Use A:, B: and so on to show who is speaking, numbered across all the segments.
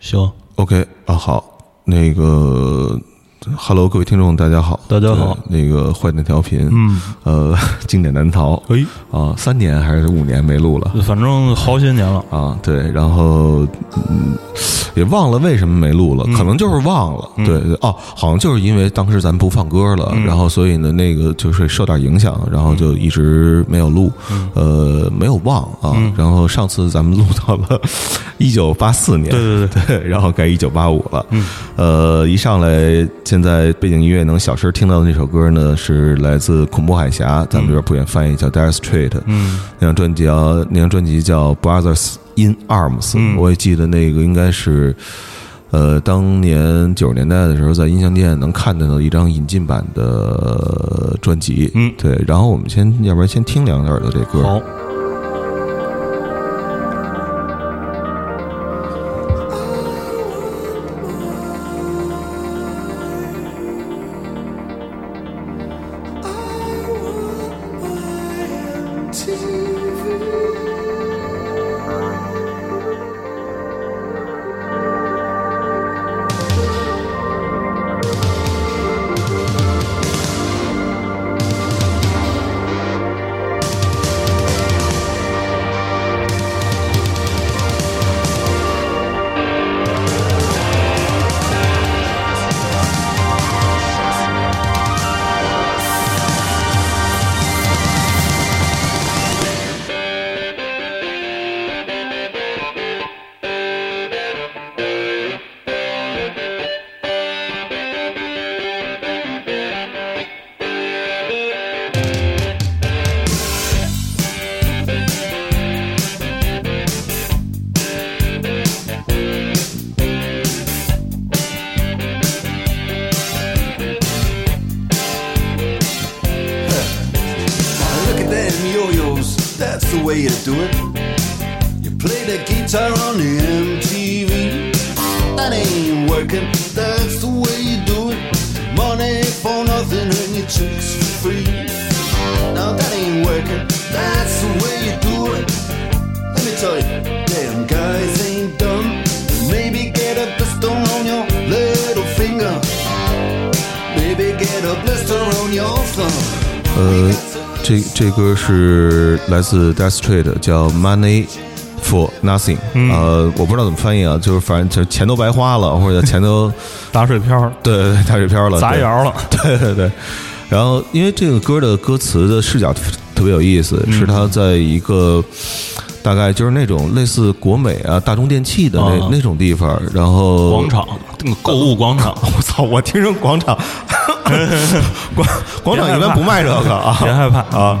A: 行，
B: OK 啊，好，那个，Hello，各位听众，大家好，
A: 大家好
B: 对，那个坏蛋调频，嗯，呃，经典难逃，
A: 哎，
B: 啊，三年还是五年没录了
A: 反正好些年了，
B: 啊，对，然后嗯，也忘了为什么没录
A: 嗯
B: 了，可能就是忘了，对对，哦，好像就是因为当时咱不放歌了，
A: 嗯
B: 然后所以呢，那个就是受点影响，然后就一直没有录，
A: 嗯
B: 呃，没有忘啊，然后上次咱们录到了 一九八四年，
A: 对对对，
B: 对，然后改一九八五了。嗯，呃，一上来现在背景音乐能小声听到的那首歌呢，是来自恐怖海峡，咱们这边不远翻译叫 Dire Street。嗯，那张专辑啊，那张专辑叫 Brothers in Arms。
A: 嗯
B: 我也记得那个应该是。呃，当年九十年代的时候，在音像店能看到的一张引进版的专辑，
A: 嗯
B: 对。然后我们先，要不然先听两耳朵这歌，
A: 好，
C: Now look at them yo-yos, that's the way you do it. You play the guitar on the MTV. That ain't working, that's the way you do it. Money for nothing and your chicks for free. Now that ain't working, that's the way you do it. Let me tell you, damn guys ain't dumb. Maybe get a pistol on your little finger. Maybe get a blister on your thumb.
B: 呃，这这歌是来自 Death Street，叫 Money for Nothing、呃，
A: 嗯
B: 我不知道怎么翻译啊，就是反正就是钱都白花了，或者 钱都，
A: 打水漂儿
B: 对对对打水漂了，
A: 砸
B: 对
A: 窑了，
B: 对对对。然后，因为这个歌的歌词的视角特别有意思，
A: 嗯
B: 是它在一个大概就是那种类似国美啊、大中电器的那、
A: 啊
B: 那种地方，然后
A: 广场，购物广场，
B: 我操！我听成广场，广广场一般不卖这个啊，
A: 别害怕
B: 啊。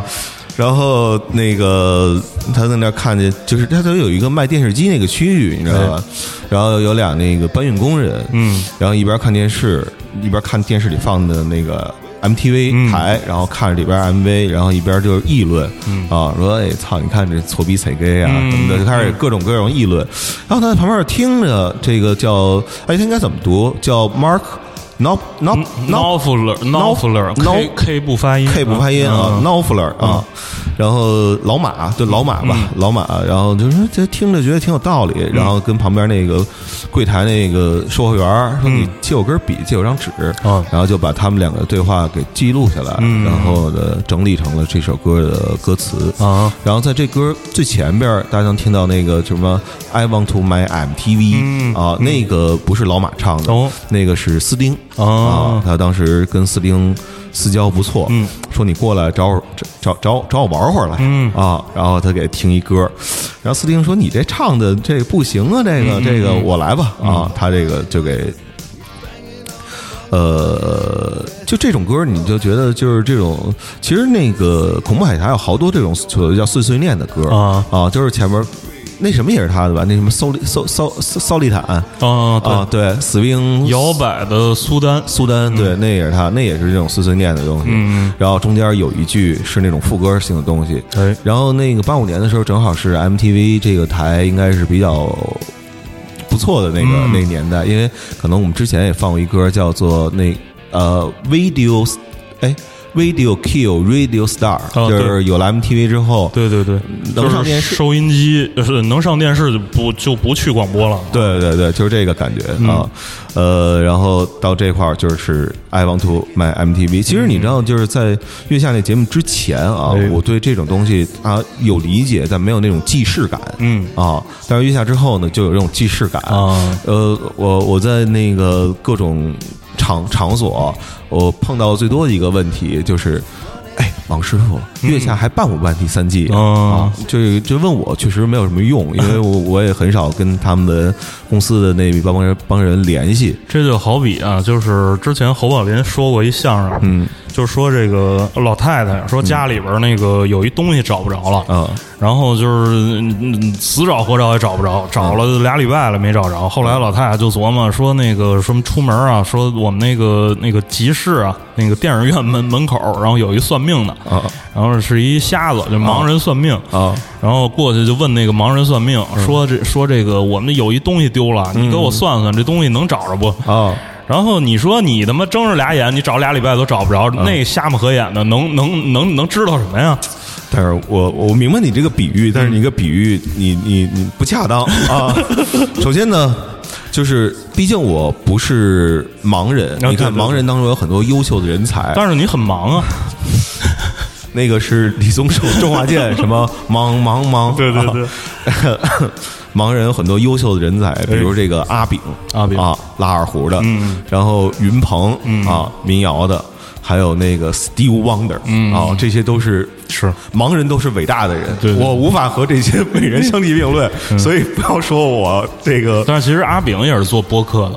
B: 然后那个他在那儿看见，就是他都有一个卖电视机那个区域，你知道吧？
A: 哎
B: 然后有俩那个搬运工人，嗯，然后一边看电视，一边看电视里放的那个
A: 嗯
B: MTV 台，然后看着里边 MV，然后一边就是议论，
A: 嗯
B: 啊，说哎操，你看这挫逼踩 gay 啊什么的，就开始各种各种议论。然后他在旁边听着这个叫，哎，他应该怎么读？叫 Mark Nop Nop
A: 嗯
B: Nop Nop-
A: Knopfler，Knopfler，K
B: Knopf-
A: K 不发音
B: K 不发音啊
A: 嗯嗯
B: n o f l e r 啊，然后老马对老马吧，老马，然后就是这听着觉得挺有道理，然后跟旁边那个柜台那个售货员儿说你借我根笔，借我张纸，
A: 嗯
B: 然后就把他们两个对话给记录下来，然后呢整理成了这首歌的歌词
A: 啊。
B: 然后在这歌最前边儿，大家能听到那个什么 I want to my MTV 啊，那个不是老马唱的
A: 哦，
B: 那个是斯丁
A: 哦
B: 啊，他当时跟斯丁私交不错，嗯，说你过来找我找找找我玩会儿来，嗯啊，然后他给听一歌，然后斯丁说你这唱的这不行啊，这个这个我来吧啊，他这个就给。呃，就这种歌，你就觉得就是这种，其实那个恐怖海峡有好多这种所谓叫碎碎念的歌
A: 啊
B: 就是前面那什么也是他的吧，那什么骚利骚骚骚骚利坦
A: 啊，
B: 啊，
A: 对，
B: 对，死兵
A: 摇摆的苏丹，
B: 苏丹，对，那也是他，那也是这种碎碎念的东西。
A: 嗯
B: 然后中间有一句是那种副歌性的东西。
A: 哎
B: 然后那个八五年的时候，正好是 MTV 这个台应该是比较不错的那个、
A: 嗯
B: 那个年代，因为可能我们之前也放过一歌叫做那呃 Video，哎 Radio Kill Radio Star，、
A: 哦
B: 就
A: 对
B: 是有了 MTV 之后，
A: 对对对，
B: 能
A: 就是
B: 上电视
A: 收音机就是能上电视就不就不去广播了。
B: 对对对，就是这个感觉
A: 嗯
B: 啊，呃，然后到这块儿就是《I Want to My MTV》。其实你知道，就是在月下那节目之前啊，
A: 哎
B: 我对这种东西啊有理解，但没有那种既视感。
A: 嗯
B: 啊，但是月下之后呢，就有这种既视感
A: 啊
B: 呃，我我在那个各种场场所，我碰到最多的一个问题就是。哎，王师傅，月下还办不办第三季啊？
A: 哦
B: 就就问我确实没有什么用，因为我我也很少跟他们的公司的那帮人帮人联系。
A: 这就好比啊，就是之前侯宝林说过一相声，嗯，就是说这个老太太说家里边那个有一东西找不着了，
B: 嗯
A: 然后就是嗯嗯死找活找也找不着，找了俩礼拜了没找着。后来老太太就琢磨说，那个什么出门啊，说我们那个那个集市啊，那个电影院门门口，然后有一算命的，
B: 啊
A: 然后是一瞎子，就盲人算命
B: 啊
A: 然后过去就问那个盲人算命，
B: 嗯
A: 说这说这个我们有一东西丢了，你给我算算这东西能找着不？
B: 啊
A: 然后你说你他妈睁着俩眼，你找俩礼拜都找不着，
B: 嗯
A: 那瞎么合眼的能能能能知道什么呀？
B: 哎但是我我明白你这个比喻，但是你这个比喻你你你不恰当 啊。首先呢，就是毕竟我不是盲人，
A: 啊
B: 你
A: 对对
B: 看盲人当中有很多优秀的人才，
A: 但是你很忙啊，
B: 那个是李宗盛、周华健，什 么盲盲盲，
A: 对对对嗯
B: 啊， 盲人有很多优秀的人才，比如这个阿炳，
A: 阿炳嗯
B: 啊，拉二胡的，嗯，然后云鹏啊，民谣的，还有那个 Steve Wonder，啊，这些都是
A: 嗯是
B: 盲人都是伟大的人，
A: 对嗯对
B: 我无法和这些伟人相提并论，所以不要说我这 个
A: 但是其实阿炳也是做播客的，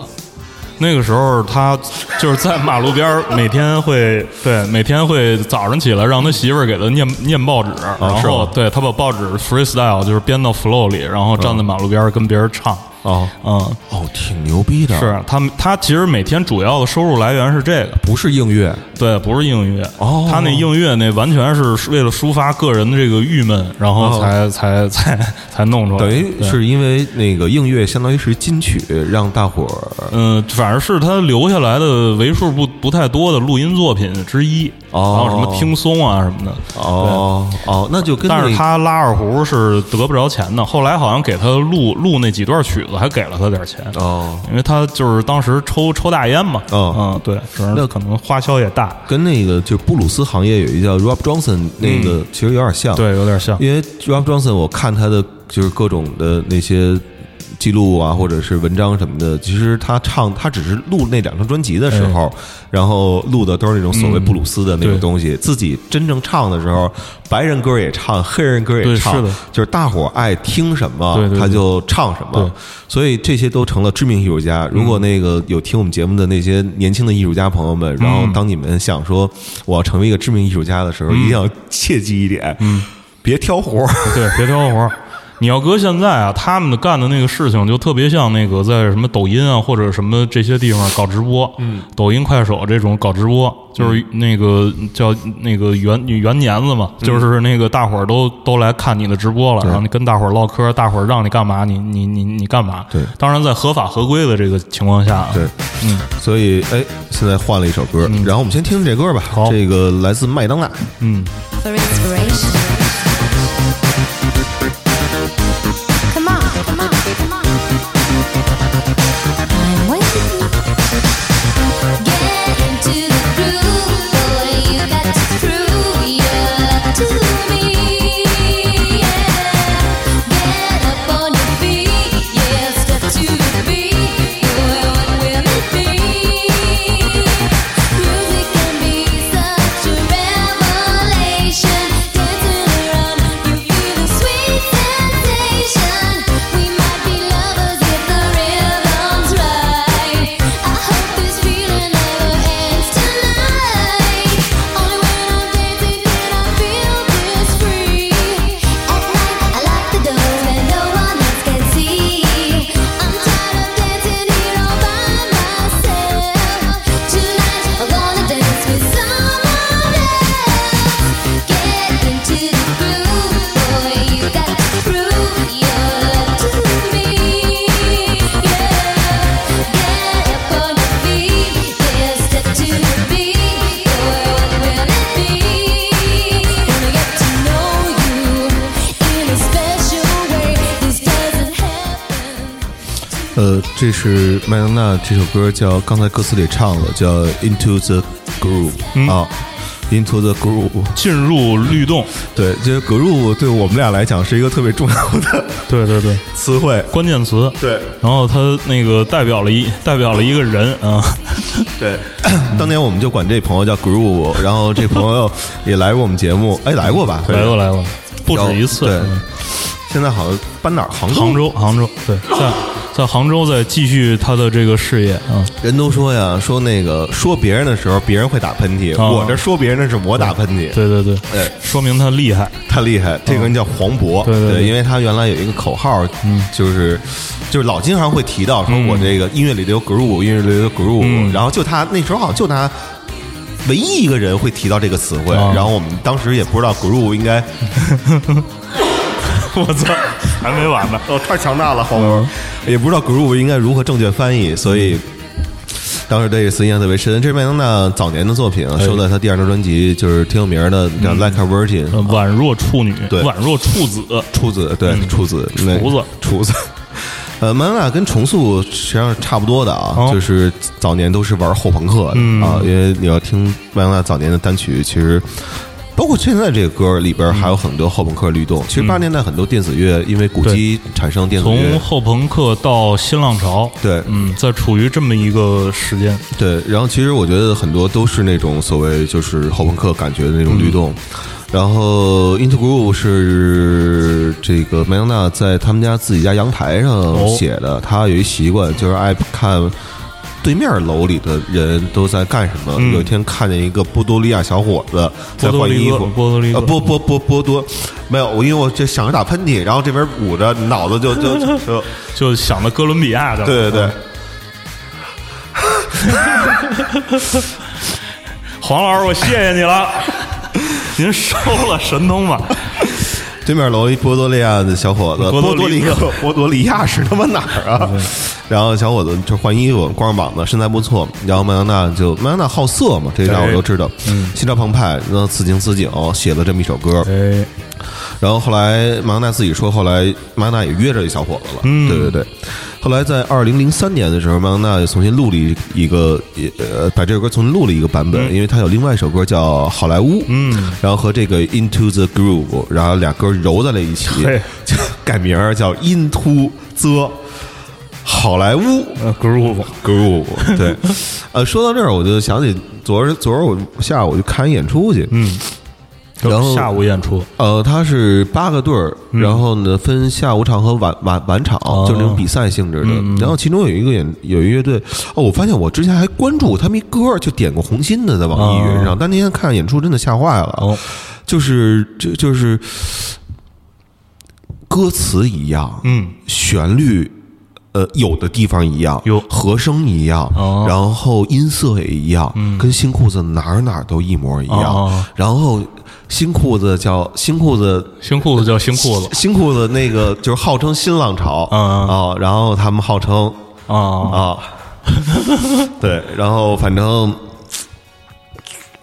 A: 那个时候他就是在马路边儿每天会 对每天会早上起来让他媳妇儿给他念念报纸，然
B: 哦是
A: 后
B: 吗
A: 对他把报纸 freestyle 就是编到 flow 里，然后站在马路边儿跟别人唱。
B: 嗯哦
A: 嗯，
B: 哦，挺牛逼的，
A: 是他们他其实每天主要的收入来源是这个，
B: 不是硬乐？
A: 对，不是硬乐。
B: 哦
A: 他那硬乐那完全是为了抒发个人的这个郁闷，然后
B: 哦
A: 才、才才才弄出来。
B: 等于
A: 哦对
B: 是因为那个硬乐相当于是金曲，让大伙儿
A: 嗯，反正是他留下来的为数不不太多的录音作品之一，
B: 哦
A: 然后什么听松啊什么的。
B: 哦哦，那就跟
A: 但是
B: 那
A: 他拉二胡是得不着钱的，后来好像给他录录那几段曲子，还给了他点钱，
B: 哦，
A: 因为他就是当时抽抽大烟嘛，
B: 哦
A: 嗯，对，主要
B: 那
A: 是可能花销也大，
B: 跟那个就布鲁斯行业有一个叫 Rob Johnson 那个其实有点像，，
A: 嗯对，有点像，
B: 因为 Rob Johnson 我看他的就是各种的那些。记录啊，或者是文章什么的，其实他唱，他只是录那两张专辑的时候，然后录的都是那种所谓布鲁斯的那
A: 哎
B: 种
A: 嗯对
B: 东西。自己真正唱的时候，白人歌也唱，黑人歌也
A: 对
B: 唱，
A: 是的
B: 就是大伙儿爱听什么，
A: 对对对
B: 他就唱什么
A: 对。
B: 所以这些都成了知名艺术家。如果那个有听我们节目的那些年轻的艺术家朋友们，然后当你们想说我要成为一个知名艺术家的时候，一定要切记一点，别挑活儿。
A: 对，别挑活儿。你要搁现在啊，他们干的那个事情就特别像那个在什么抖音啊或者什么这些地方搞直播，嗯，抖音、快手这种搞直播，就是那个叫那个元元年子嘛，就是那个大伙儿都都来看你的直播了，然后你跟大伙儿唠嗑，大伙儿让你干嘛，你你你你干嘛？
B: 对
A: 当然在合法合规的这个情况下，
B: 对，
A: 嗯，
B: 嗯 所以哎，现在换了一首歌，然后我们先听听这歌吧。
A: 好
B: 这个来自麦当娜，
D: for inspiration. Come on, come on, come on. I'm waiting. Get into the groove, boy. You got to prove you're up to me. Yeah. Get up on your feet, yeah. Step to the beat, boy. What will it be? Music can be such a revelation.
B: 呃，这是麦当娜这首歌叫，刚才歌词里唱了，叫《Into the Groove》啊，《Into the Groove》。
A: 进入律动，
B: 对，这个 groove 对我们俩来讲是一个特别重要的
A: 对对对，
B: 词汇。
A: 关键词。
B: 对
A: 然后他那个代表了一代表了一个人啊，
B: 对，当年我们就管这朋友叫 groove，然后这朋友也来过我们节目，哎，来过吧？
A: 来过来过，不止一次。
B: 对，现在好像搬哪儿？杭州。
A: 杭州，杭州，对，在在杭州再继续他的这个事业啊，
B: 人都说呀，说那个说别人的时候，别人会打喷嚏，
A: 啊
B: 我这说别人的是我打喷嚏。
A: 对对对，
B: 哎
A: 说明他厉害，
B: 太厉害，这个人叫黄渤，
A: 嗯对对嗯对
B: 因为他原来有一个口号，就是就是老经常会提到
A: 嗯
B: 说，我这个音乐里头有 groove，音乐里头有 groove，、然后就他那时候好像就他唯一一个人会提到这个词汇，
A: 啊
B: 然后我们当时也不知道 groove 应该，
A: 我操，还没完呢，
B: 哦，太强大了，黄渤，
A: 嗯
B: 也不知道 groove 应该如何正确翻译，所以。当时对这词印象特别深，这是麦当娜早年的作品
A: 哎
B: 啊，收在她第二张专辑，就是挺有名的，叫《Like a Virgin》。
A: 呃宛若处女，
B: 对
A: 宛若处子，
B: 处子，对，处子，那
A: 嗯厨子
B: 厨子。 呃，曼德拉跟重塑实际上是差不多的啊，
A: 哦嗯
B: 就是早年都是玩后朋克的、啊，因为你要听曼德拉早年的单曲，其实包括现在这个歌里边还有很多后朋克律动。其实八十年代很多电子乐因为古籍产生电子乐
A: 嗯从，后朋克到新浪潮，
B: 对
A: 嗯，在处于这么一个时间，
B: 对，然后其实我觉得很多都是那种所谓就是后朋克感觉的那种律动。
A: 嗯
B: 然后 Into Groove 是这个麦当娜在他们家自己家阳台上写
A: 哦
B: 的，她有一习惯就是爱看。对面楼里的人都在干什么？
A: 嗯
B: 有一天看见一个波多利亚小伙子在换衣服，
A: 波多黎各
B: 呃波波波波多，没有，我因为我这想着打喷嚏，然后这边捂着脑子就就就就
A: 就想到哥伦比亚的，
B: 对对对
A: 嗯，黄老师，我谢谢你 了，您收了神通吧？
B: 对面楼一波多利亚的小伙子，
A: 波
B: 波
A: 多嗯
B: 多
A: 黎
B: 黎
A: 各
B: 各，波多利亚是他妈哪儿啊？然后小伙子就换衣服，光着膀子，身材不错。然后麦当娜就麦当娜好色嘛，这一点我都知道，
A: 嗯
B: 心潮澎湃，然后此情此景写了这么一首歌。
A: 哎，
B: 然后后来麦当娜自己说，后来麦当娜也约着这小伙子了，对对对。后来在二零零三年的时候，麦当娜又重新录了一一个，呃，把这首歌重新录了一个版本，因为她有另外一首歌叫《好莱坞》，嗯，然后和这个《Into the Groove》，然后俩歌揉在了一起
A: 嘿，
B: 就改名儿叫《Into the 好莱坞》。
A: 呃，groove，
B: groove。对，呃，说到这儿，我就想起昨儿昨儿我下午我就看一演出去，嗯，然后
A: 下午演出，
B: 呃，它是八个队儿，然后呢分下午场和晚晚晚场，就是那种比赛性质的。然后其中有一个演有一乐队，哦，我发现我之前还关注过他们一歌儿，就点过红心的在网易云上，但那天看演出真的吓坏了，
A: 哦
B: 就是就就是歌词一样，
A: 嗯，
B: 旋律。呃，有的地方一样，
A: 有
B: 和声一样，
A: 哦嗯
B: 然后音色也一样，跟新裤子哪儿哪儿都一模一样。
A: 哦
B: 然后新裤子叫新裤子，
A: 新裤子叫新裤 子
B: 新裤子那个就是号称新浪潮
A: 嗯嗯
B: 啊，然后他们号称
A: 啊，
B: 啊，对，然后反正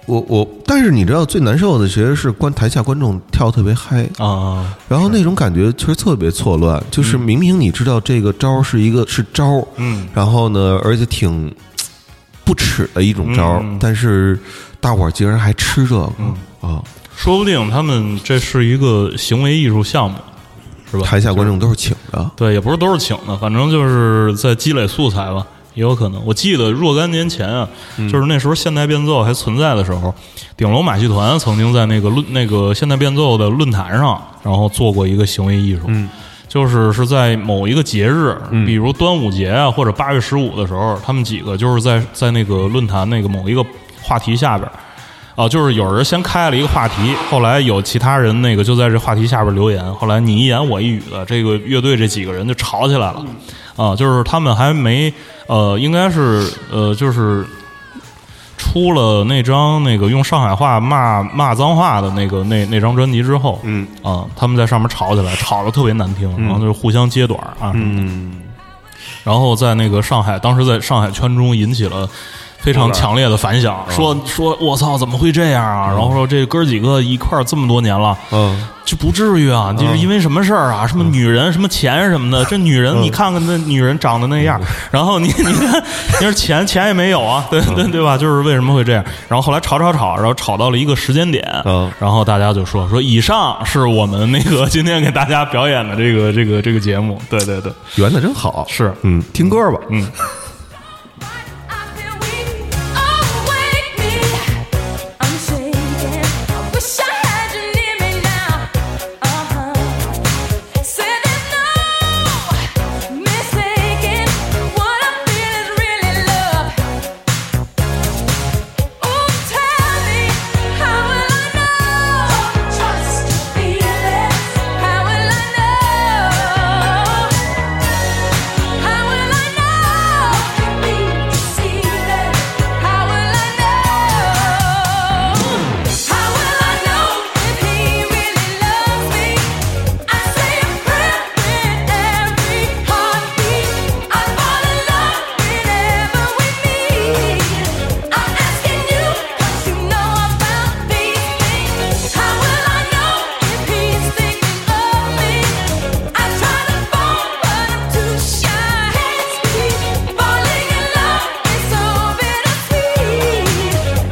B: 我我，但是你知道最难受的其实是观台下观众跳得特别嗨
A: 啊，
B: 然后那种感觉其实特别错乱，就是明明你知道这个招儿是一个是招儿，
A: 嗯
B: 然后呢，而且挺不耻的一种招儿，但是大伙儿竟然还吃这个、啊！
A: 说不定他们这是一个行为艺术项目，是吧？
B: 台下观众都是请的，
A: 对，也不是都是请的，反正就是在积累素材吧，也有可能。我记得若干年前啊，就是那时候现代变奏还存在的时候，顶楼马戏团曾经在那个论那个现代变奏的论坛上，然后做过一个行为艺术，就是是在某一个节日，比如端午节啊或者八月十五的时候，他们几个就是在在那个论坛那个某一个话题下边。啊，就是有人先开了一个话题，后来有其他人那个就在这话题下边留言，后来你一言我一语的，这个乐队这几个人就吵起来了，啊，就是他们还没呃，应该是呃，就是出了那张那个用上海话骂骂脏话的那个那那张专辑之后，嗯啊，他们在上面吵起来，吵得特别难听，然后就是互相揭短儿啊，嗯，然后在那个上海，当时在上海圈中引起了非常强烈的反响，
B: 嗯
A: 说说我操，怎么会这样啊？然后说这哥几个一块儿这么多年了，
B: 嗯，
A: 就不至于啊，就是因为什么事儿啊，什么女人、什么钱什么的，这女
B: 嗯
A: 人你看看那女人长得那样，然后你 你看，你说钱钱也没有啊，对
B: 嗯
A: 对对吧？就是为什么会这样？然后后来吵吵吵，然后吵到了一个时间点
B: 嗯，
A: 然后大家就说说以上是我们那个今天给大家表演的这个这个这个节目，对对对，
B: 圆的真好，
A: 是
B: 嗯，听歌吧，
A: 嗯，
D: oh,
E: Uh-huh. How will I know? How will I know you've been deceived? How will I know? How will I know if he really loves me? I say a prayer with every heartbeat. I fall in love whenever we meet. I'm asking you 'cause you know about these things. How will I know if he's thinking of me? I try to phone, but I'm too shy. Falling in love is so bittersweet.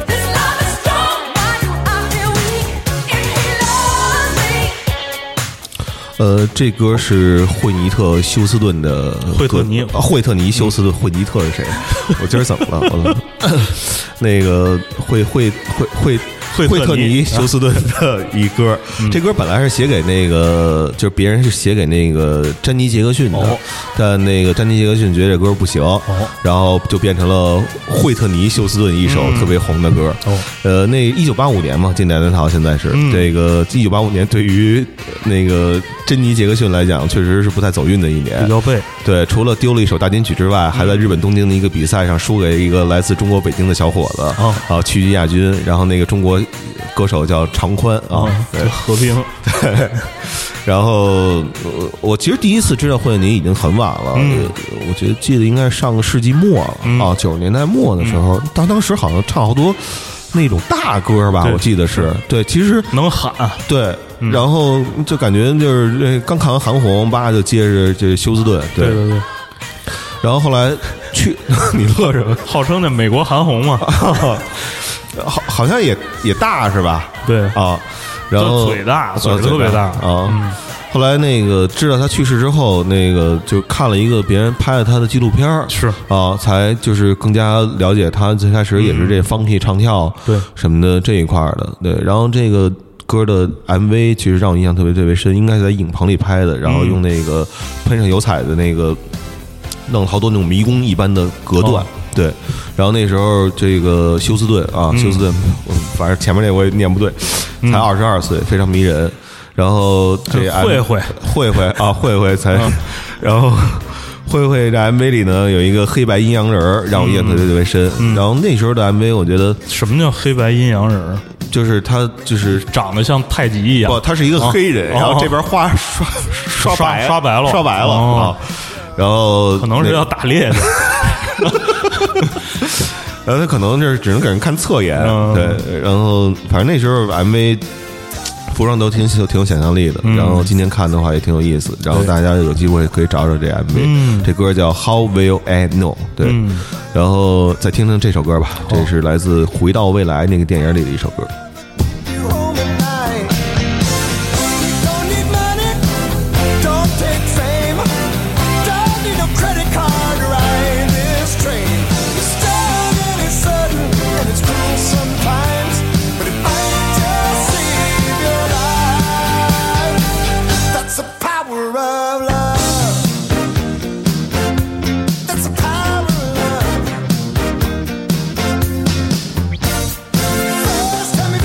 E: This love is strong, why do I feel weak? If he loves me.
B: 呃，这歌是惠尼特休斯顿的歌
A: 惠特尼
B: 啊惠特尼休斯顿，惠尼特是谁？我今儿怎么了？我那个惠惠惠
A: 惠
B: 惠
A: 特尼啊嗯
B: 特尼休斯顿的一歌，这歌本来是写给那个，就是别人是写给那个詹妮杰克逊的
A: 哦，
B: 但那个詹妮杰克逊觉得这歌不行，然后就变成了惠特尼休斯顿一首特别红的歌。
A: 嗯哦
B: 呃，那一九八五年嘛，进奶奶堂现在是、
A: 嗯
B: 这个一九八五年，对于呃那个珍妮杰克逊来讲，确实是不太走运的一年。
A: 较嗯背，
B: 对，除了丢了一首大金曲之外，还在日本东京的一个比赛上输给一个来自中国北京的小伙子，
A: 哦
B: 啊，屈居亚军。然后那个中国歌手叫常宽啊，对
A: 这，和平，
B: 然后我我其实第一次知道惠特尼已经很晚了，呃
A: 嗯
B: 我觉得记得应该是上个世纪末了、
A: 嗯
B: 啊，九十年代末的时候，当、当时好像唱好多那种大歌吧，
A: 对嗯
B: 我记得是对，其实
A: 能喊，
B: 对，然后就感觉就是呃刚看完韩红，吧就接着这休斯顿，对，
A: 对对对，
B: 然后后来去你乐什么？
A: 号称这美国韩红 嘛，
B: 好，好像也也大是吧？
A: 对
B: 啊，然后
A: 就嘴大
B: 啊
A: 嘴特别大嗯
B: 啊。后来那个知道他去世之后，那个就看了一个别人拍的他的纪录片儿
A: 是
B: 啊，才就是更加了解他最开始也是这 funky 唱跳
A: 嗯对
B: 什么的这一块儿的对，然后这个。歌的 MV 其实让我印象特别特别深，应该是在影棚里拍的，然后
A: 嗯
B: 用那个喷上油彩的那个弄了好多那种迷宫一般的隔断。
A: 哦
B: 对，然后那时候这个休斯顿啊，休斯顿，
A: 嗯
B: 我反正前面那我也念不对，才二十二岁，非常迷人。然后这
A: 嗯慧嗯慧
B: 啊 慧慧啊，慧慧才， 然后慧慧这 MV 里呢有一个黑白阴阳人儿，让我印象特
A: 嗯
B: 别特别深。然后那时候的 MV，我觉得
A: 什么叫黑白阴阳人儿？
B: 就是他就是
A: 长得像太极一样
B: 不，，他是一个黑
A: 哦
B: 人，然后这边花刷刷
A: 刷
B: 白
A: 刷白了
B: 刷白了
A: 哦
B: 啊。然后
A: 可能是
B: 那
A: 要打猎 去。
B: 然后他可能就是只能给人看侧颜，
A: 嗯
B: 对。然后反正那时候 MV 服装都挺挺有想象力的，然后今天看的话也挺有意思。然后大家有机会可以找找这 MV，、
A: 嗯
B: 这歌叫《How Will I Know》，对。然后再听听这首歌吧，这是来自《回到未来》那个电影里的一首歌。
F: you home at night. Don't need money, don't take fame, don't need no credit card to ride this train. It's dark and it's sudden and it's cruel sometimes, but it might just save your life. That's the power of love. That's the power of love. First time it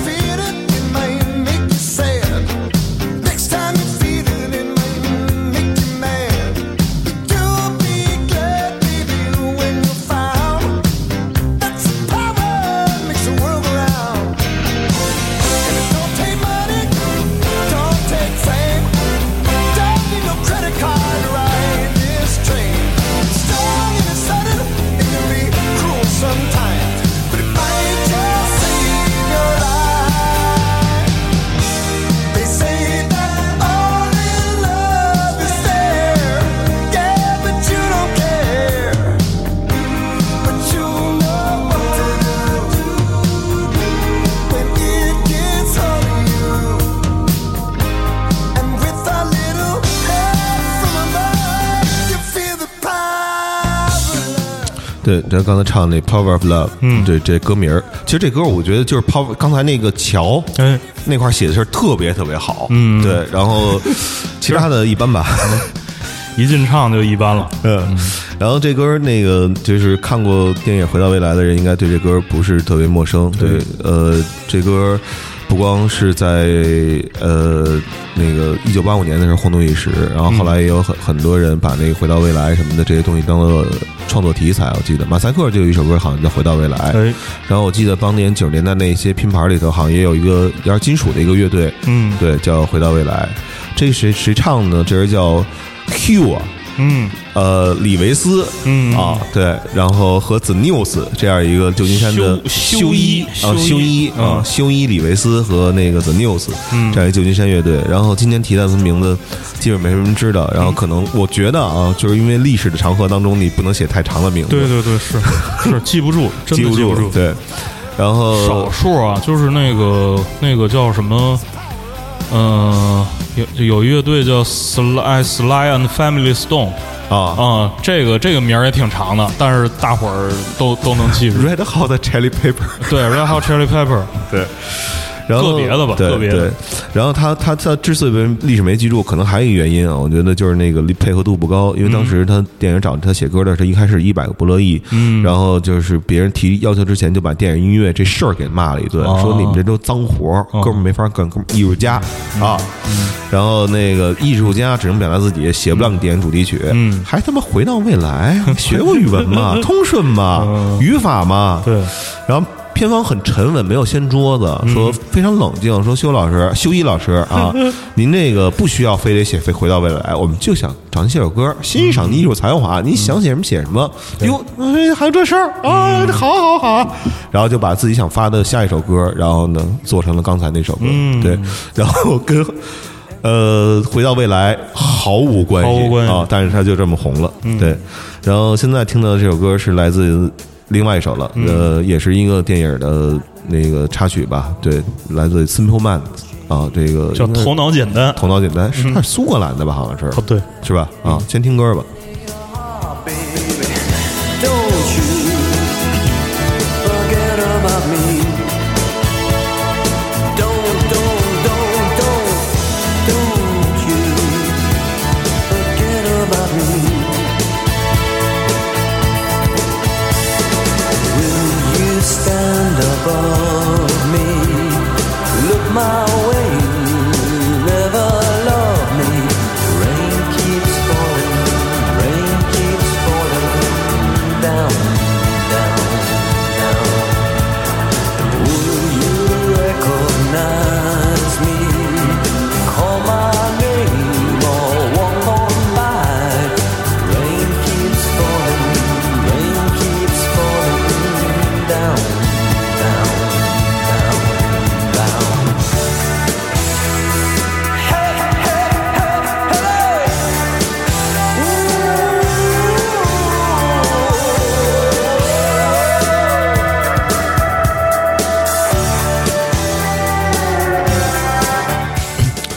B: 对，咱刚才唱那《Power of Love》，嗯，对，这歌名儿，其实这歌我觉得就是 Power，刚才那个桥，
A: 哎，
B: 那块儿写的是特别特别好，嗯，对，然后其他的一般吧，
A: 一进唱就一般了。
B: 嗯，然后这歌那个就是看过电影《回到未来》的人，应该对这歌不是特别陌生。对，呃，这歌不光是在呃那个一九八五年的时候轰动一时，然后后来也有很很多人把那个《回到未来》什么的这些东西当做创作题材。我记得马赛克就有一首歌好像叫《回到未来》，
A: 哎，
B: 然后我记得当年九十年代那些拼盘里头，好像也有一个呃点金属的一个乐队，
A: 嗯
B: 对，叫《回到未来》。这谁谁唱的呢？这人叫 Q 啊，
A: 嗯，
B: 呃，李维斯，
A: 嗯
B: 啊，对，然后和 The News 这样一个旧金山的
A: 修
B: 修一啊，
A: 修
B: 修
A: 一
B: 一啊
A: 嗯，
B: 修一李维斯和那个 The News 这样一个旧金山乐队。然后今天提到他们名字，基本没什么人知道。然后可能我觉得啊，就是因为历史的长河当中，你不能写太长的名字，
A: 对对对，是是记不 住，真
B: 记
A: 的
B: 不
A: 记不
B: 住，
A: 住。
B: 对。然后
A: 少数啊，就是那个那个叫什么，呃，有有一乐队叫 Sly 哎 Sly and Family Stone
B: 啊
A: 啊、这个这个名儿也挺长的，但是大伙儿都都能记住。
B: ，Red Hot Chili Pepper，
A: 对，Red Hot Chili Pepper，
B: 对。然后
A: 个别的吧
B: 对
A: 个别的
B: 对，然后他他他之所以被历史没记住，可能还有一个原因啊，我觉得就是那个配合度不高，因为当
A: 嗯
B: 时他电影找他写歌的时候，一开始一百个不乐意，嗯，然后就是别人提要求之前就把电影音乐这事儿给骂了一顿，
A: 哦
B: 说你们这都脏活儿，哥们儿没法干，哥们儿艺术家
A: 嗯
B: 啊，然后那个艺术家只能表达自己，写不了你电影主题曲，
A: 嗯
B: 还他妈回到未 来，学过语文吗？通顺吗？语法吗？
A: 嗯对，嗯
B: 然后片方很沉稳，没有掀桌子，说非常冷静，说修老师、修一老师 啊，您这个不需要非得写非回到未来，我们就想找您写首歌，欣赏你艺术才华，
A: 嗯
B: 您想写什么写什么。哟，哎还有这事儿
A: 嗯
B: 啊？好好好，然后就把自己想发的下一首歌，然后呢做成了刚才那首歌，
A: 嗯
B: 对，然后跟。呃，回到未来毫无关系，
A: 毫无关系嗯
B: 啊，但是他就这么红了，对。然后现在听到的这首歌是来自另外一首了，
A: 嗯
B: 呃，也是一个电影的那个插曲吧，对，来自 Simple Man 啊，这个
A: 叫
B: 应该是
A: 头脑简单。
B: 头脑简单，是他是苏格兰的吧？好像是，
A: 哦，对，
B: 是吧？啊，先听歌吧。
C: baby. Don't you forget about me. Don't, don't, don't, don't, don't you forget about me. Will you stand above me? Look my way. Never love me. Rain keeps falling. Rain keeps falling down, down, down. Will you recognize me? Call my name or walk on by. Rain keeps falling. Rain keeps falling down, down, down, down.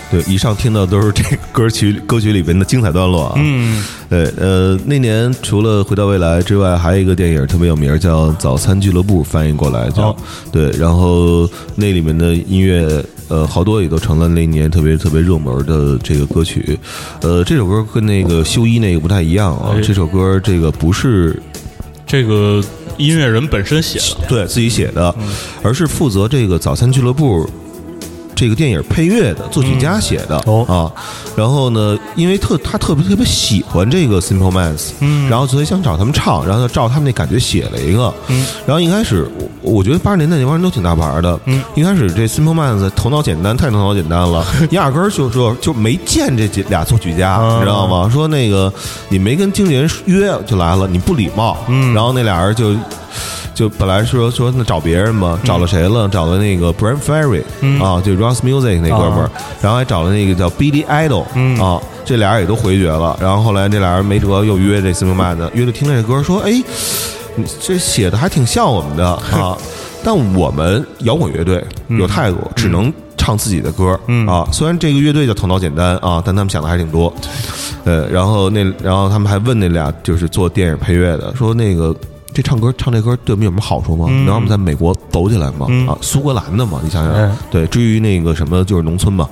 B: 对，以上听到都是这个歌曲歌曲里边的精彩段落啊。嗯，对，呃，那年除了《回到未来》之外，还有一个电影特别有名儿，叫《早餐俱乐部》，翻译过来叫、
A: 哦
B: 对。然后那里面的音乐，呃，好多也都成了那年特别特别热门的这个歌曲。呃，这首歌跟那个修一那个不太一样啊，
A: 哦哎
B: 这首歌这个不是
A: 这个音乐人本身写的，
B: 对自己写的，而是负责这个《早餐俱乐部》这个电影配乐的作曲家写的、
A: 哦
B: 啊。然后呢，因为特他特别特别喜欢这个 Simple Minds，嗯，然后所以想找他们唱，然后就照他们那感觉写了一个。嗯，然后一开始我我觉得八十年代那帮人都挺大牌的，嗯，一开始这 Simple Minds 头脑简单，太头脑简单 了，压根儿就说就没见这几俩作曲家，你知道吗？说那个你没跟经纪人约就来了，你不礼貌，嗯，然后那俩人就。就本来说说那找别人嘛，找了谁了？找了那个 Brian Ferry、啊，就 Ross Music 那哥们儿，然后还找了那个叫 Billy Idol、啊，这俩人也都回绝了。然后后来这俩人没辙，又约这 Simon Man 的，约着听这歌说，哎，你这写的还挺像 我们的啊。但我们摇滚乐队
A: 嗯
B: 有态度，只能唱自己的歌、啊。虽然这个乐队叫头脑简单啊，但他们想的还挺多。呃，然后那然后他们还问那俩就是做电影配乐的，说那个这唱歌唱这歌对我们有什么好处吗？能让我们在美国走起来吗？
A: 嗯
B: 啊，苏格兰的嘛，你想
A: 哎
B: 想，对。至于那个什么，就是农村 嘛，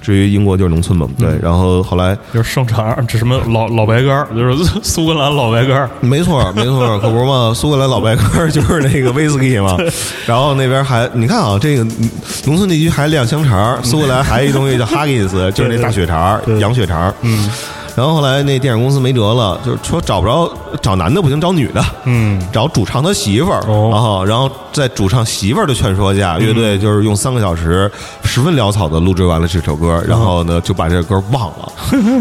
B: 至于英国就是农村嘛，
A: 嗯
B: 对。然后后来，
A: 就是盛产这什么老老白干儿，就是苏格兰老白干儿，
B: 没错儿，没错儿，可不是嘛，苏格兰老白干儿就是那个威士忌嘛。然后那边还你看啊，这个嗯农村地区还晾香肠儿，苏格兰还有一东西叫哈吉斯，就是那大血肠儿、羊血肠儿。嗯。然后后来那电影公司没辙了，就是说找不着找男的不行，找女的，嗯，找主唱他媳妇儿，
A: 哦
B: 然后然后在主唱媳妇儿的劝说下，乐队就是用三个小时十分潦草的录制完了这首歌，然后呢就把这个歌忘 了，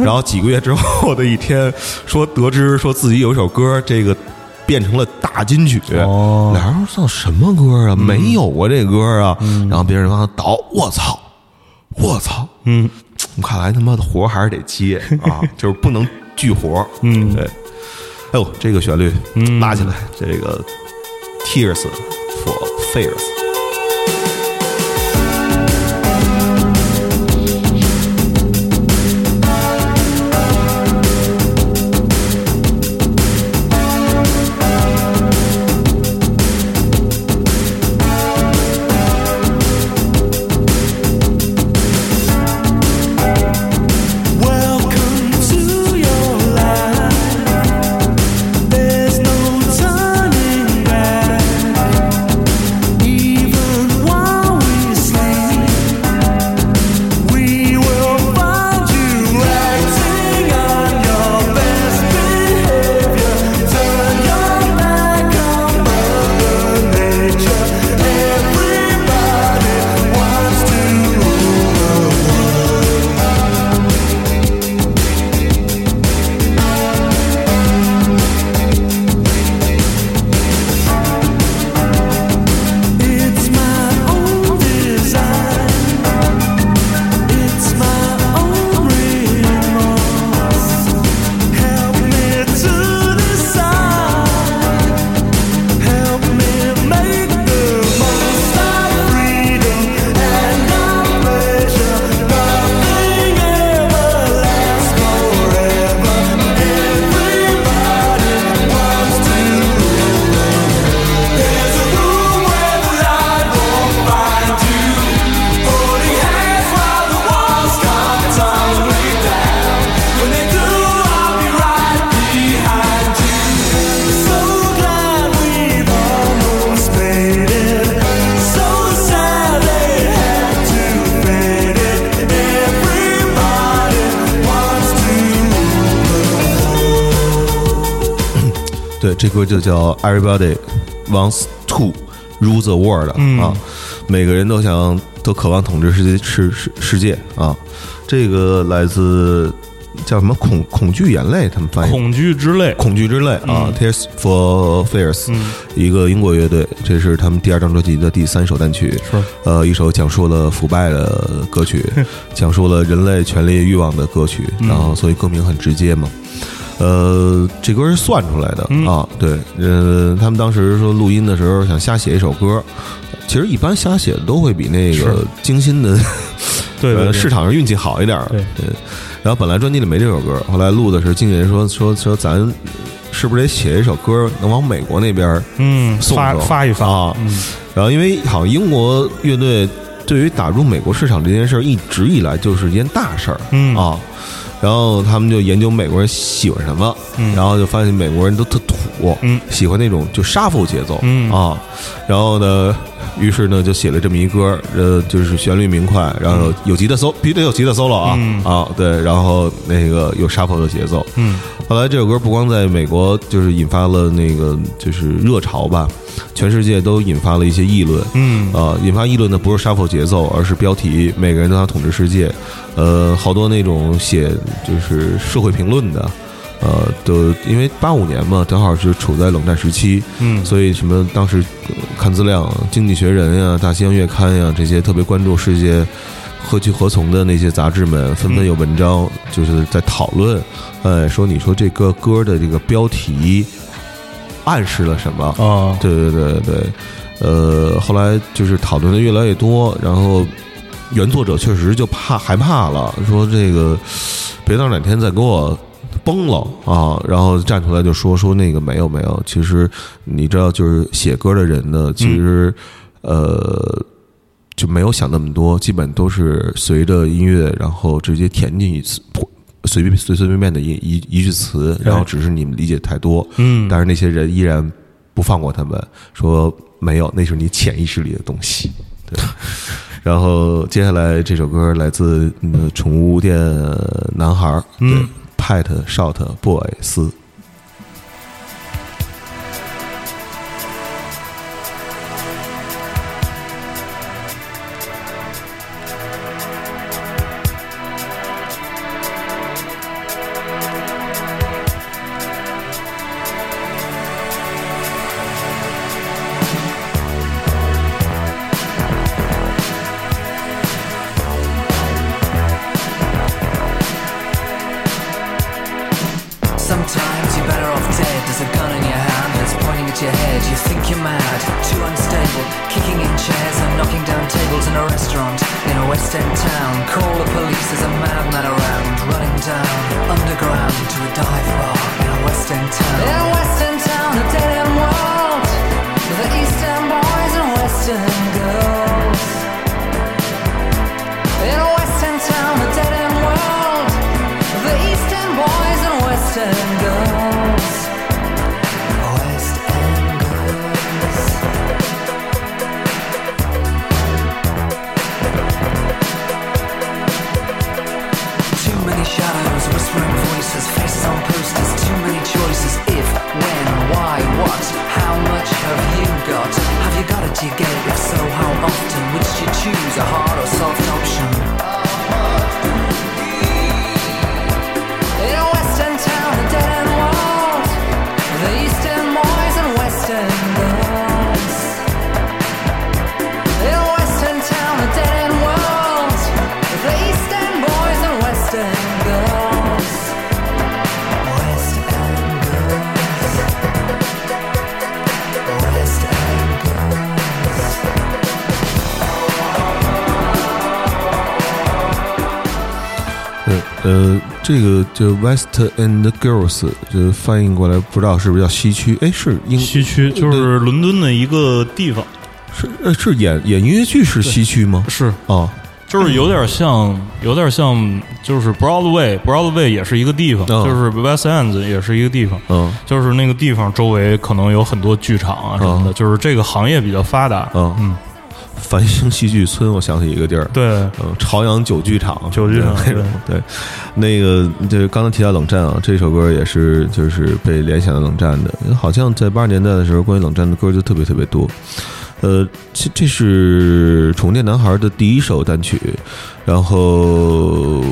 B: 然后几个月之后的一天，说得知说自己有一首歌这个。变成了大金曲，
A: 哦嗯
B: 俩人说这什么歌啊？没有啊，这歌啊。然后别人往上倒，我操，我操，
A: 嗯，
B: 看来他妈的活还是得接 啊，就是不能拒活。嗯，对。哎呦，这个旋律
A: 嗯
B: 拉起来，这个 Tears for Fears。
G: Welcome to your life. There's no turning back. Even while we sleep, we will find you acting on your best behavior. Turn your back on Mother Nature. Everybody wants to rule the world. It's my own desire. It's my own remorse. Help me to decide. Help me make the most of freedom and of pleasure. Nothing ever lasts forever. Everybody wants to. There's a room where the light won't find you. Holding hands while the walls come tumbling down. When they do, I'll be right behind you. So glad we've almost made it. So sad they had to fade it. Everybody wants to rule the world.
B: 对，这歌就叫 Everybody Wants to Rule the World、啊，每个人都想都渴望统治世界世世世界啊。这个来自叫什么恐恐惧眼泪，他们翻译
A: 恐惧之泪，
B: 恐惧之泪
A: 嗯
B: 啊、t e a r s for Fears，、一个英国乐队，这是他们第二张专辑的第三首单曲，
A: 是
B: 呃一首讲述了腐败的 歌曲，讲述了人类权力欲望的歌曲，
A: 嗯
B: 然后所以歌名很直接嘛。呃，这歌是算出来的、
A: 嗯
B: 啊，对，呃，他们当时说录音的时候想瞎写一首歌，其实一般瞎写的都会比那
A: 是
B: 个精心的
A: 对对
B: 呃
A: 对
B: 市场上运气好一点儿。嗯
A: 对
B: 然后本来专辑里没这首歌，后来录的时候，经纪人说说说咱是不是得写一首歌，能往美国那边儿
A: 嗯，
B: 送
A: 发
B: 送
A: 发一发，
B: 啊？
A: 嗯
B: 然后因为好像英国乐队对于打入美国市场这件事儿，一直以来就是一件大事儿、
A: 嗯
B: 啊。然后他们就研究美国人喜欢什么，
A: 嗯
B: 然后就发现美国人都特土，
A: 嗯
B: 喜欢那种就沙夫节奏，
A: 嗯
B: 啊，然后呢，于是呢就写了这么一歌，呃，就是旋律明快，然后有有吉他 solo，必须得有吉他 solo 啊、
A: 嗯
B: 啊，对，然后那个有沙夫的节奏，
A: 嗯
B: 后来这首歌不光在美国就是引发了那个就是热潮吧，全世界都引发了一些议论。
A: 嗯
B: 呃，引发议论的不是沙否节奏，而是标题“每个人都想统治世界”。呃，好多那种写就是社会评论的，呃，都因为八五年嘛，正好是处在冷战时期，
A: 嗯
B: 所以什么当时呃看资料，《经济学人》呀，《大西洋月刊》呀，这些特别关注世界何去何从的那些杂志们，纷
A: 嗯
B: 纷有文章就是在讨论，哎，说你说这个歌的这个标题暗示了什么？
A: 啊，
B: 对对对对，对呃，后来就是讨论的越来越多，然后原作者确实就怕害怕了，说这个别到哪天再给我崩了啊，然后站出来就说说那个没有没有，其实你知道，就是写歌的人呢，其实、呃就没有想那么多，基本都是随着音乐，然后直接填进去。随便随随便便的一一一句词，然后只是你们理解太多，嗯，但是那些人依然不放过他们，说没有，那是你潜意识里的东西，对。 然后接下来这首歌来自嗯宠物店男孩儿，嗯，Pat Shot Boy 四。
G: Sometimes you're better off dead. There's a gun in your hand that's pointing at your head. You think you're mad, too unstable. Kicking in chairs and knocking down tables in a restaurant in a West End town. Call the police, there's a madman around. Running down underground to a dive bar in a West End town. In a West End town, a dead end world. With the East End boys and West End girls. In a West End town, a dead end world. The East End boys and West End girls. West End girls. Too many shadows, whispering voices, faces on posters, too many choices. If, when, why, what, how much have you got? Have you got it? Do you get it? If so, how often? Which do you choose, a hard or soft option? In a western town, a dead end world. The eastern boys and western girls. In a western town, a dead end world. The eastern boys and western girls. West end girls. West end girls.
B: 呃呃，这个就 West End Girls，就翻译过来不知道是不是叫西区？哎，是英
A: 西区就是伦敦的一个地方，
B: 是呃是演演音乐剧是西区吗？
A: 是
B: 哦，
A: 就是有点像，有点像，就是 Broadway，Broadway 也是一个地方，
B: 嗯
A: 就是 West End 也是一个地方，
B: 嗯
A: 就是那个地方周围可能有很多剧场啊什么的，就是这个行业比较发达，
B: 嗯
A: 嗯，
B: 繁星戏剧村，我想起一个地儿，
A: 对，
B: 嗯，朝阳酒剧场，
A: 酒剧场
B: 那种，对，那个就是刚才提到冷战啊，这首歌也是就是被联想到冷战的，好像在八十年代的时候，关于冷战的歌就特别特别多。呃，这这是宠物店男孩的第一首单曲，然后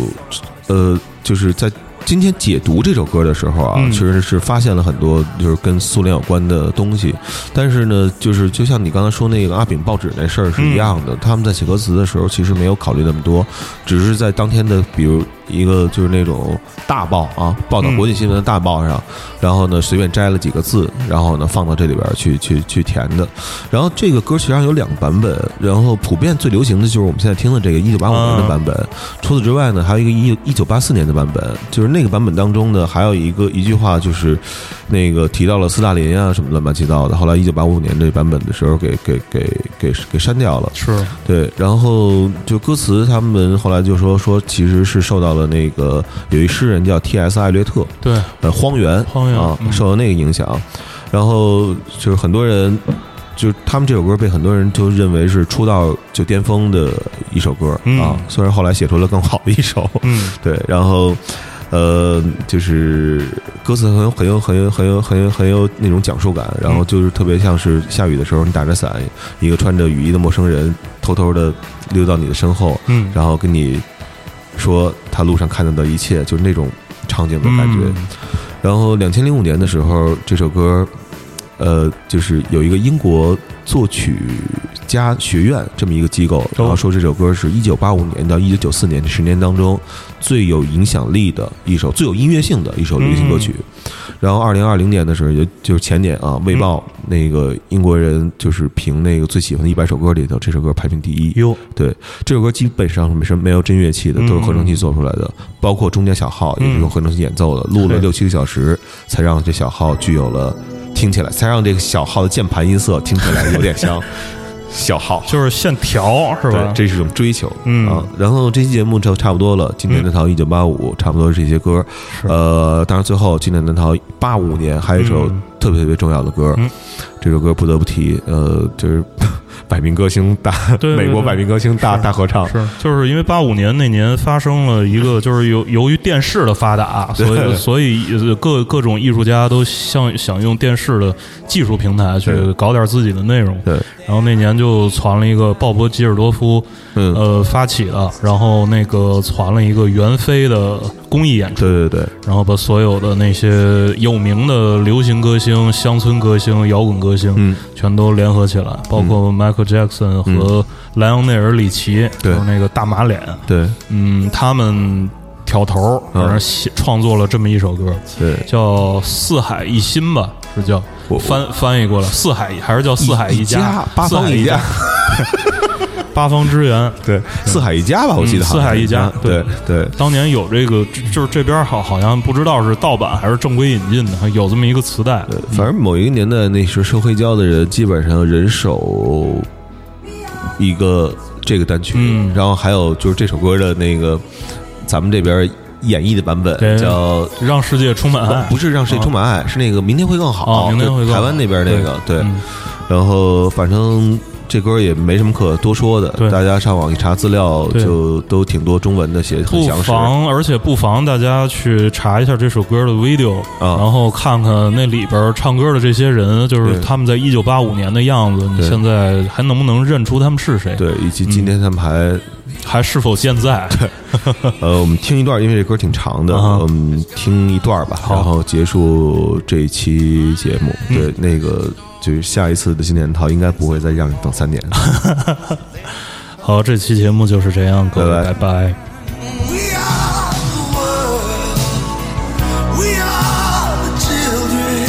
B: 呃，就是在今天解读这首歌的时候啊，
A: 嗯
B: 其实是发现了很多就是跟苏联有关的东西，但是呢，就是就像你刚才说那个阿炳报纸那事儿是一样的，他们在写歌词的时候其实没有考虑那么多，只是在当天的比如一个就是那种大报啊，报道国际新闻的大报上，然后呢随便摘了几个字，然后呢放到这里边儿去去去填的。然后这个歌实际上有两个版本，然后普遍最流行的就是我们现在听的这个一九八五年的版本。除此之外呢，还有一个一一九八四年的版本，就是那个版本当中呢，还有一个一句话就是那个提到了斯大林啊什么乱七八糟的。后来一九八五年这版本的时候给给给给给删掉了。
A: 是，
B: 对，然后就歌词，他们后来就说说，其实是受到了那个有一诗人叫 T.S. 艾略特，
A: 对，
B: 呃，荒原，
A: 荒原
B: 啊，
A: 嗯
B: 受到那个影响，然后就是很多人，就是他们这首歌被很多人就认为是出道就巅峰的一首歌、
A: 嗯
B: 啊，虽然后来写出了更好的一首，
A: 嗯，
B: 对，然后。呃，就是歌词很有很有很有很有很有很有那种讲述感，然后就是特别像是下雨的时候，你打着伞，一个穿着雨衣的陌生人偷偷的溜到你的身后，
A: 嗯
B: 然后跟你说他路上看到的一切，就是那种场景的感觉。
A: 嗯
B: 然后两千零五年的时候，这首歌，呃，就是有一个英国作曲家学院这么一个机构，然后说这首歌是一九八五年到一九九四年这十年当中最有影响力的一首、最有音乐性的一首流行歌曲。然后二零二零年的时候，也就是前年啊，《卫报》那个英国人就是评那个最喜欢的一百首歌里头，这首歌排名第一。
A: 哟，
B: 对，这首歌基本上没什没有真乐器的，都是合成器做出来的，包括中间小号也是用合成器演奏的，录了
A: 是
B: 六七个小时，才让这小号具有了听起来，才让这个小号的键盘音色听起来有点像小号。
A: 就是线条是吧
B: 对，？这是一种追求，
A: 嗯
B: 啊。然后这期节目就差不多了，今年的淘一九八五差不多是这些歌，呃，当然最后今年的淘八五年还有一首
A: 嗯
B: 特别特别重要的歌，这首歌不得不提，呃，就是百名歌星大
A: 对对
B: 美国
A: 对
B: 百名歌星大大合唱，
A: 是，就是因为八五年那年发生了一 个，就是由由于电视的发达，所以所以呃各各种艺术家都想想用电视的技术平台去
B: 对
A: 搞点自己的内容。
B: 对，
A: 然后那年就传了一个鲍勃吉尔多夫，
B: 嗯
A: 呃发起的，然后那个传了一个袁飞的公益演出，
B: 对对对，
A: 然后把所有的那些有名的流行歌星、乡村歌星、摇滚歌星，
B: 嗯
A: 全都联合起来，包括 Michael Jackson 和莱昂内尔·里奇，
B: 嗯对
A: 就是那个大马脸，
B: 对
A: 嗯，他们挑头，
B: 嗯
A: 反正写创作了这么一首歌，
B: 对
A: 叫《四海一心》吧，是叫
B: 我
A: 翻翻译过来，四海还是叫四海
B: 一
A: 家，
B: 八
A: 四
B: 方
A: 海一
B: 家，，
A: 八方支援，
B: 对，四海一家吧，我记
A: 嗯
B: 得好
A: 四
B: 像
A: 海一家
B: 是对对。
A: 当年有这个，就就是这边好好像不知道是盗版还是正规引进的，还有这么一个磁带，
B: 反正某一个年代，那时候收黑胶的人基本上人手一个这个单曲，
A: 嗯
B: 然后还有就是这首歌的那个咱们这边演绎的版本
A: 对
B: 叫。
A: 让世界充满爱，
B: 不是让谁充满爱，是那个明天会更好。
A: 哦明天会更好
B: 台湾那边那个对，
A: 嗯
B: 然后反正这歌也没什么可多说的，
A: 对
B: 大家上网一查资料
A: 对
B: 就都挺多中文的，写的很
A: 不
B: 详实。
A: 妨，而且不妨大家去查一下这首歌的 video，、
B: 啊
A: 然后看看那里边唱歌的这些人，就是
B: 对
A: 他们在一九八五年的样子，你
B: 对
A: 现在还能不能认出他们是谁？，
B: 对，以及今天他们还
A: 还是否健在？
B: 呃，我们听一段，因为这歌挺长的，
A: 啊哈
B: 我们听一段吧，
A: 好嗯
B: 然后结束这一期节目。对，那个就是下一次的新年淘应该不会再让你等三年。
A: 好，这期节目就是这样，各位，拜
B: 拜拜
A: 拜
F: We are the world. We are the children.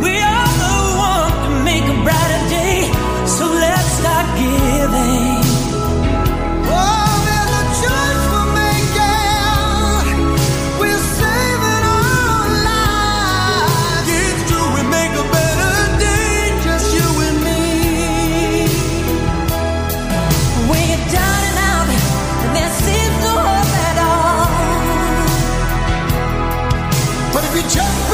E: We are the one to make a brighter day. So let's start giving.
F: Oh, there's a choice we're making. We're saving our lives. It's true, we make a better day, just you and me.
E: When you're down and out, there seems no hope at all.
F: But if you jump